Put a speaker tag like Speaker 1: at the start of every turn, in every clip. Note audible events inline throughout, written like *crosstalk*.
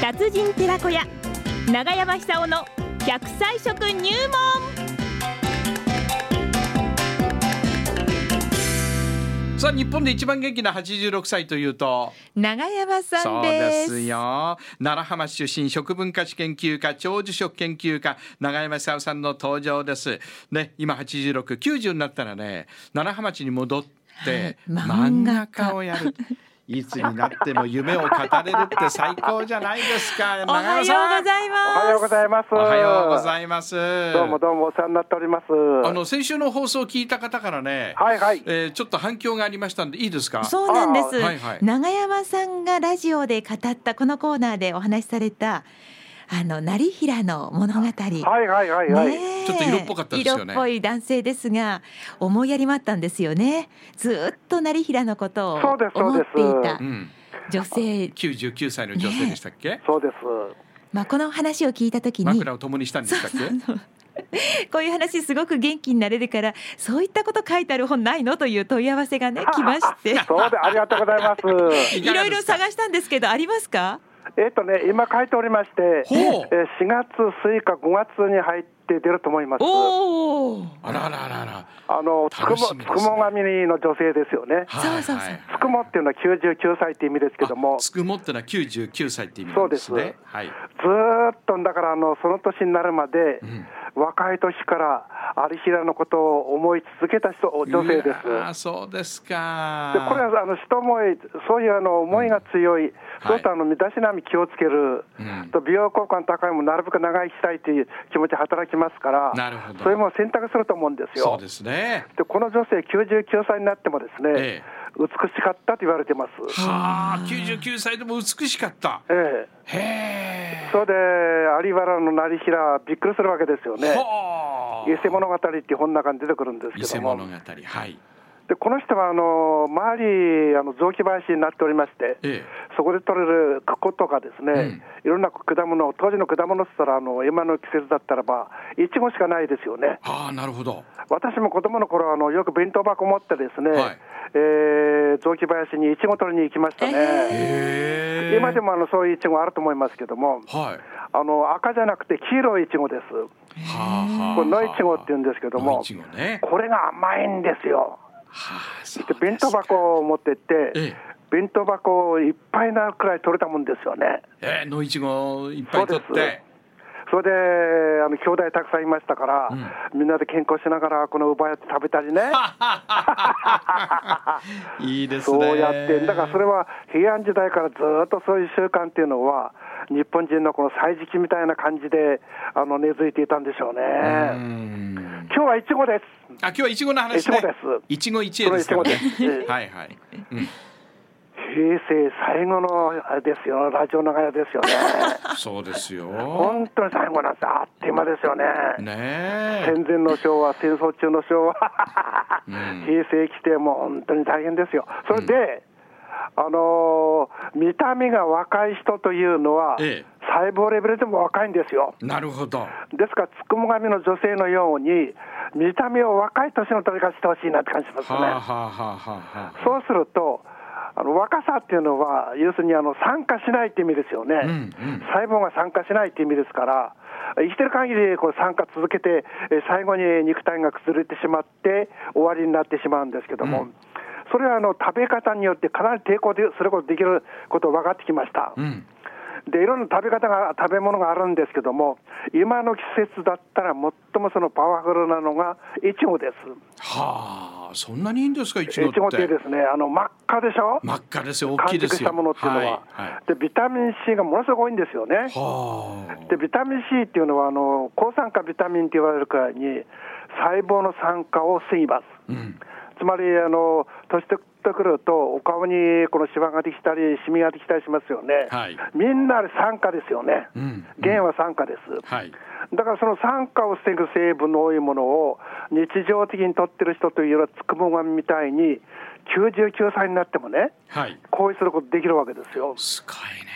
Speaker 1: 達人寺子屋長山久夫の100歳食入門
Speaker 2: さあ日本で一番元気な86歳というと
Speaker 3: 長山さ
Speaker 2: そ
Speaker 3: ん
Speaker 2: う
Speaker 3: で
Speaker 2: ですすよ奈良浜市出身食文化史研究家長寿食研究家永山久夫さんの登場ですね今8690になったらね奈良浜町に戻って
Speaker 3: はい
Speaker 2: 漫
Speaker 3: 漫
Speaker 2: 画
Speaker 3: 画家
Speaker 2: 家をやるいつになっても夢を語れるって最高じゃないですか
Speaker 3: *laughs* お
Speaker 2: 長
Speaker 3: はよ
Speaker 2: 山
Speaker 3: う
Speaker 2: さん
Speaker 3: ございま
Speaker 4: おはようございます。
Speaker 2: おはようございます
Speaker 4: どうもどうもお世話になっております。
Speaker 2: あの先週の放送を聞いた方からね、
Speaker 4: はいはい。
Speaker 2: えーちょっと反響がありましたんでいいですか
Speaker 3: す。そうなんです、
Speaker 2: あはいはい
Speaker 3: 長山さんがラジオで語ったこのコーナーでお話しされたあの成平の物語、
Speaker 4: はいはいはいはい。
Speaker 3: ねえ
Speaker 2: ちょっと色っぽかったですよね
Speaker 3: 色っぽい男性ですが思いやりもあったんですよねずーっと成平のことを
Speaker 4: そうですそう
Speaker 3: 思っ
Speaker 4: で
Speaker 3: て
Speaker 4: す
Speaker 3: いた
Speaker 2: うん、
Speaker 3: 女性、
Speaker 2: 99歳の女性でしたっけ、
Speaker 4: そうです。
Speaker 3: まあ、この話を聞いた時に
Speaker 2: 枕を共にしたんでしたっけ
Speaker 3: こういう話すごく元気になれるからそういったこと書いてある本ないのという問い合わせがね来まして
Speaker 4: そうでありがとうござい
Speaker 2: *laughs*
Speaker 4: ます。
Speaker 3: いろいろ探したんですけどありますか
Speaker 4: えっとね今書いておりまして、え
Speaker 2: ほう
Speaker 4: 4月末か5月に入って出ると思います。
Speaker 3: おお
Speaker 2: あらあらあらあら
Speaker 4: あのつく
Speaker 2: 楽
Speaker 4: も
Speaker 2: しみで
Speaker 4: つ
Speaker 2: すね
Speaker 4: くも神の女性ですよね。
Speaker 2: はい
Speaker 3: そうそうそう
Speaker 2: はい
Speaker 4: つくもっていうのは99歳って意味ですけども。
Speaker 2: つくもってのは99歳って意味なんです
Speaker 4: そう
Speaker 2: ね
Speaker 4: です
Speaker 2: はい
Speaker 4: ずーっとだからあのその年になるまで、若い時から有平のことを思い続けた人女性です。
Speaker 2: うわーそうですか
Speaker 4: でこれはあの一思い、そういうあの思いが強い、そうするとあの身だしなみ気をつける、と美容効果の高いものなるべく長生きしたいという気持ち働きますから、
Speaker 2: なるほど
Speaker 4: それも選択すると思うんです
Speaker 2: そ
Speaker 4: よ。
Speaker 2: うですね
Speaker 4: でこの女性、99歳になってもですね、
Speaker 2: ええ
Speaker 4: 美しかったと言われてます。
Speaker 2: はあ99歳でも美しかった
Speaker 4: ええ、
Speaker 2: へ
Speaker 4: それで有原の成平、びっくりするわけですよ
Speaker 2: え
Speaker 4: ね。
Speaker 2: は
Speaker 4: 伊勢物語っていう本の中に出てくるんです
Speaker 2: あ
Speaker 4: け
Speaker 2: 伊勢
Speaker 4: ど
Speaker 2: 物
Speaker 4: も
Speaker 2: 語、はい
Speaker 4: でこの人はあの周りあの雑木林になっておりまして、
Speaker 2: ええ
Speaker 4: そこで取れるクコとかですね、
Speaker 2: うん
Speaker 4: いろんな果物、当時の果物って言ったら、あの今の季節だったらば、いちごしかないですよね。
Speaker 2: ああなるほど
Speaker 4: 私も子供の頃あのよく弁当箱持ってですね、
Speaker 2: はい
Speaker 4: えー雑木林にいちご取りに行きましたね。
Speaker 2: へえ
Speaker 4: 今でもあのそういういちごあると思いますけども、
Speaker 2: はい
Speaker 4: あの赤じゃなくて黄色いいちごです。
Speaker 2: はあはあ
Speaker 4: これ野いちごって言うんですけども
Speaker 2: 野いちごね
Speaker 4: これが甘いんですよ。
Speaker 2: はあそう
Speaker 4: で
Speaker 2: です
Speaker 4: 弁当箱を持ってって、
Speaker 2: ええ
Speaker 4: 弁当箱をいっぱいになるくらい取れたもんですよね。
Speaker 2: ええ野いちごいっぱい取っ
Speaker 4: そう
Speaker 2: て
Speaker 4: でそれであの兄弟たくさんいましたから、みんなで健康しながらこの奪い合って食べたりね
Speaker 2: いいです
Speaker 4: そ
Speaker 2: ね
Speaker 4: うやってだからそれは平安時代からずっとそういう習慣っていうのは日本人のこの歳時期みたいな感じであの根付いていたんでしょうね今日はいちごです
Speaker 2: あ今日はいちごの話ね
Speaker 4: いちごです
Speaker 2: いちご一会ですからね
Speaker 4: そのいちごです
Speaker 2: はいはい、うん、
Speaker 4: 平成最後のあれですよラジオ長屋ですよね
Speaker 2: そうです
Speaker 4: *laughs*
Speaker 2: よ
Speaker 4: 本当に最後なんてあっという間ですよね
Speaker 2: ねえ
Speaker 4: 戦前の昭和、戦争中の昭和、平成規定も本当に大変ですよ。それで、あのー見た目が若い人というのは、
Speaker 2: ええ
Speaker 4: 細胞レベルでも若いんですよ。
Speaker 2: なるほど
Speaker 4: ですから、つくも神の女性のように、見た目を若い年の取り方してほしいなって感じします
Speaker 2: はあ
Speaker 4: ね。
Speaker 2: はあはあはあは
Speaker 4: そうすると、あの若さっていうのは、要するにあの酸化しないって意味ですよね、細胞が酸化しないって意味ですから、生きてる限りこう酸化続けて、えー最後に肉体が崩れてしまって、終わりになってしまうんですけども、それはあの食べ方によって、かなり抵抗でそれことできることを分かってきました。でいろんな食べ方が食べ物があるんですけども今の季節だったら最もそのパワフルなのがいちごです
Speaker 2: はあそんなにいいんですかいちご
Speaker 4: いちご
Speaker 2: っ
Speaker 4: って
Speaker 2: て
Speaker 4: ですね、あの真っ赤でしょ、
Speaker 2: 真っ赤ですよ大き
Speaker 4: 完
Speaker 2: いで
Speaker 4: 熟
Speaker 2: す
Speaker 4: し
Speaker 2: よ
Speaker 4: たものっていうのは、
Speaker 2: はいはい
Speaker 4: で、ビタミン C がものすごく多いんですよね。
Speaker 2: はあ
Speaker 4: で、ビタミン C っていうのはあの、抗酸化ビタミンって言われるくらいに、細胞の酸化を防ぎます。つまりあの、年取ってくると、お顔にこのシワができたり、シミができたりしますよね、
Speaker 2: はい
Speaker 4: みんなあれ酸化ですよね、原因は酸化です。
Speaker 2: はい
Speaker 4: だからその酸化を防ぐ成分の多いものを日常的に取ってる人というよりはつくもがみみたいに99歳になってもね
Speaker 2: はい
Speaker 4: 行為することできるわけですよ
Speaker 2: すごいね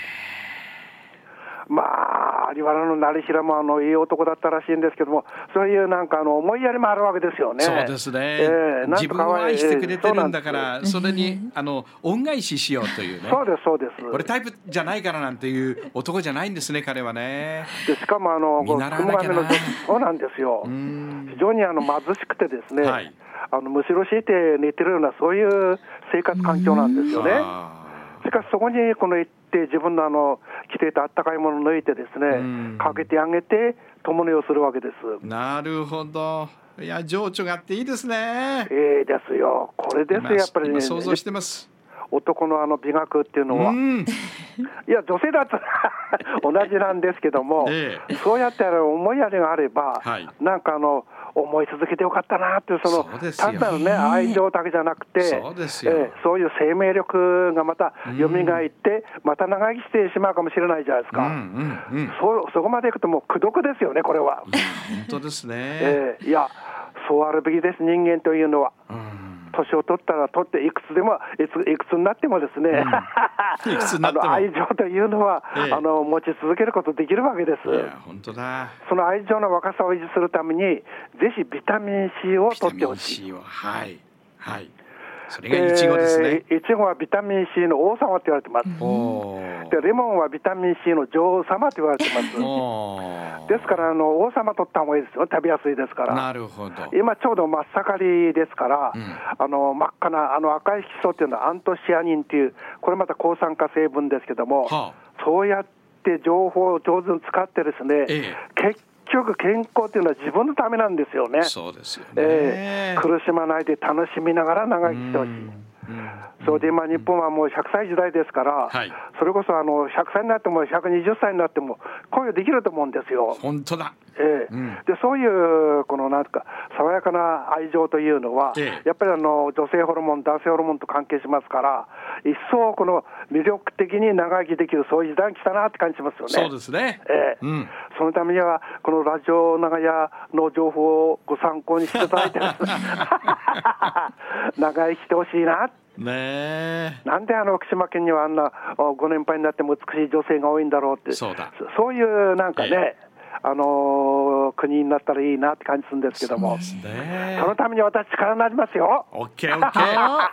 Speaker 4: まあ、有原の成平もあのいい男だったらしいんですけども、そういうなんかあの思いやりもあるわけですよね。
Speaker 2: そうですね、
Speaker 4: ええなん
Speaker 2: 自
Speaker 4: と
Speaker 2: 分
Speaker 4: か
Speaker 2: を
Speaker 4: わい
Speaker 2: 愛
Speaker 4: い
Speaker 2: してくれてるんだか。
Speaker 4: え
Speaker 2: ら、それにあの恩返ししようという
Speaker 4: え
Speaker 2: ね
Speaker 4: そうなんですそうです、そうです。
Speaker 2: 俺タイプじゃないからなんていう男じゃないんですね彼はね
Speaker 4: でしかもあの
Speaker 2: 見習わなきゃな
Speaker 4: こう熊亀の女そうなんですよ、非常にあの貧しくてですね、
Speaker 2: はい
Speaker 4: あのむしろ強いて寝てるような、そういう生活環境なんですよね。
Speaker 2: あ
Speaker 4: しかしそこにこの行って、自分のあの着ていたあったかいものを抜いて、です
Speaker 2: うん
Speaker 4: ねかけてあげて、共寝をするわけです。
Speaker 2: ーなるほどいや情緒があっていいですね
Speaker 4: ええですよ、これです
Speaker 2: 今
Speaker 4: よ、やっぱりね
Speaker 2: 今、想像してます
Speaker 4: 男のあの美学っていう
Speaker 2: う
Speaker 4: のは、
Speaker 2: ん
Speaker 4: いや、女性だったら *laughs* 同じなんですけども、
Speaker 2: *laughs* え
Speaker 4: そうやってあの思いやりがあれば、
Speaker 2: はい
Speaker 4: なんかあの思い続けてよかったなっていう、その
Speaker 2: そうですよ
Speaker 4: 単なる、ね、愛情だけじゃなくて、
Speaker 2: そうですよ
Speaker 4: ええそういう生命力がまた蘇って、また長生きしてしまうかもしれないじゃないです
Speaker 2: う
Speaker 4: か。
Speaker 2: んうんうん
Speaker 4: そうそこまでいくと、もう苦毒ですよね、これは。
Speaker 2: 本当ですね、
Speaker 4: ええいや、そうあるべきです、人間というのは。
Speaker 2: うん
Speaker 4: 年を取ったら取っていくつでもいついくつになってもですね、
Speaker 2: いくつにな
Speaker 4: *laughs* あ
Speaker 2: って
Speaker 4: の
Speaker 2: も
Speaker 4: 愛情というのは、
Speaker 2: ええ
Speaker 4: あの持ち続けることできるわけです。
Speaker 2: いや本当だ
Speaker 4: その愛情の若さを維持するために、ぜひビタミン C
Speaker 2: ビ
Speaker 4: を
Speaker 2: タ
Speaker 4: 取って
Speaker 2: ミ
Speaker 4: ほ
Speaker 2: ン
Speaker 4: しい。
Speaker 2: C をはいはいそれがイチゴですね、
Speaker 4: えーいちごはビタミン C の王様って言われてます。
Speaker 2: お
Speaker 4: でレモンはビタミン C の女王様って言われてます。
Speaker 2: おお
Speaker 4: ですから、あの王様取った方がいいですよ、食べやすいですから。
Speaker 2: なるほど
Speaker 4: 今ちょうど真っ盛りですから、
Speaker 2: うん
Speaker 4: あの真っ赤なあの赤い色素っていうのはアントシアニンっていう、これまた抗酸化成分ですけども、
Speaker 2: はあ
Speaker 4: そうやって情報を上手に使ってですね、
Speaker 2: え
Speaker 4: 結局健康っていうのは自分のためなんですよね。
Speaker 2: そうですよね、
Speaker 4: ええ苦しまないで楽しみながら長生きしてほしい。
Speaker 2: うん
Speaker 4: それで今、日本はもう100歳時代ですから、
Speaker 2: はい
Speaker 4: それこそあの100歳になっても、120歳になっても、恋できると思うんですよ。
Speaker 2: 本当だ
Speaker 4: ええ
Speaker 2: うん
Speaker 4: でそういうこのなんか爽やかな愛情というのは、
Speaker 2: ええ
Speaker 4: やっぱりあの女性ホルモン、男性ホルモンと関係しますから、一層この魅力的に長生きできる、そういう時代に来たなって感じしますよね。
Speaker 2: そうですね、
Speaker 4: ええ
Speaker 2: うん
Speaker 4: そのためには、このラジオ長屋の情報をご参考にしていただい
Speaker 2: *laughs*
Speaker 4: て *laughs* ですね、長生きしてほしいな。
Speaker 2: ね
Speaker 4: なんであの福島県にはあんなおご年配になっても美しい女性が多いんだろうって、
Speaker 2: そうだ
Speaker 4: そそういうなんかね、
Speaker 2: え
Speaker 4: あのー国になったらいいなって感じするんですけども、そ
Speaker 2: えねえ
Speaker 4: のために私、力になりますよ。
Speaker 2: オッケーオッケ
Speaker 4: *laughs*
Speaker 2: ー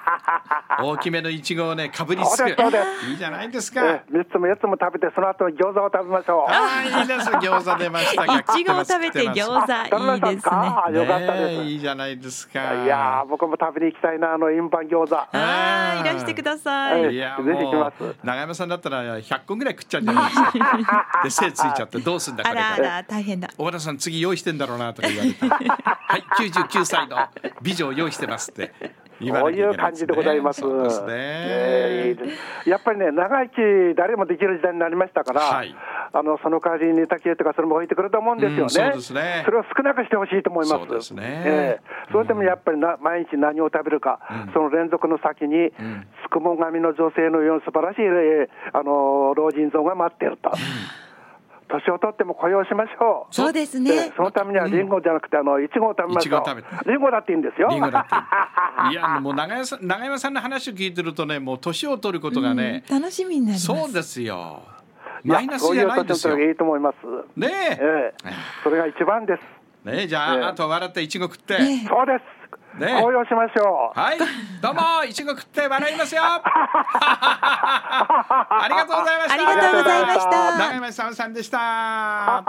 Speaker 2: 大きめのいちごをねかぶりつく
Speaker 4: そうですそうで
Speaker 2: いいじゃないです
Speaker 4: え
Speaker 2: か
Speaker 4: 3つも4つも食べて、その後に餃子を食べましょう。
Speaker 2: あーいいです餃子出ましたが
Speaker 4: *laughs*
Speaker 1: いちごを食べて餃
Speaker 2: 食っ
Speaker 4: 食べま
Speaker 1: 子いい
Speaker 4: し
Speaker 1: ですね
Speaker 4: たか
Speaker 2: てます
Speaker 4: よかったで
Speaker 2: ね
Speaker 4: す。
Speaker 2: えいいじゃないですか
Speaker 4: いやー、僕も食べに行きたいな、あのインバン餃子。
Speaker 2: あ
Speaker 3: あ
Speaker 2: ー
Speaker 3: あいらしてください。
Speaker 4: はい
Speaker 2: いや
Speaker 4: ぜひ行き
Speaker 2: も
Speaker 4: ます
Speaker 2: う長山さんだったら100個ぐらい食っちゃうんじゃないですか
Speaker 4: *laughs*
Speaker 2: で背ついちゃってどうすんだこ
Speaker 3: あ
Speaker 2: れから
Speaker 3: あら大変だ。
Speaker 2: 小原さん次用意してんだろうなとか言わ
Speaker 4: *laughs*
Speaker 2: れてはい99歳の美女を用意してますって言わ
Speaker 4: こ
Speaker 2: な
Speaker 4: う
Speaker 2: きゃ
Speaker 4: い
Speaker 2: けな
Speaker 4: う感じでございます。
Speaker 2: そうですね、
Speaker 4: ええいいですやっぱりね、長生き誰もできる時代になりましたから、
Speaker 2: はい
Speaker 4: あのその代わりに寝たきりとかそれも置いてくると思うんですよね。
Speaker 2: うんそうですね
Speaker 4: それを少なくしてほしいと思います。
Speaker 2: そうですね
Speaker 4: ええそれでもやっぱりな、毎日何を食べるか、その連続の先に、つくも神の女性のように素晴らしい、ええあの老人像が待っていると。年を取っても雇用しましょう。
Speaker 3: そうです
Speaker 4: ええ
Speaker 3: ね。
Speaker 4: そのためにはリンゴじゃなくて、あのいちごを食べま
Speaker 2: い
Speaker 4: しょ
Speaker 2: ちごを食べ
Speaker 4: う。リンゴだっていいんですよ。
Speaker 2: リンゴだっていやもう長山さん長山さんの話を聞いてるとねもう年を取ることがね、
Speaker 3: 楽しみになります。
Speaker 2: そうですよ
Speaker 4: いや
Speaker 2: マイナスじゃないですよ
Speaker 4: そうい
Speaker 2: ね
Speaker 4: う年の取り方がいいと思います。え
Speaker 2: え
Speaker 4: え、それが一番です。
Speaker 2: ねえじゃあ、
Speaker 4: ええ
Speaker 2: あとは笑っていちご食って、
Speaker 3: ええ
Speaker 4: そうです。
Speaker 2: ねえ
Speaker 4: 高揚しましょう。
Speaker 2: はいどうもいちご食って笑います
Speaker 4: *laughs*
Speaker 2: よありがとうございました
Speaker 3: ありがとうございました
Speaker 2: 長山さんさんでした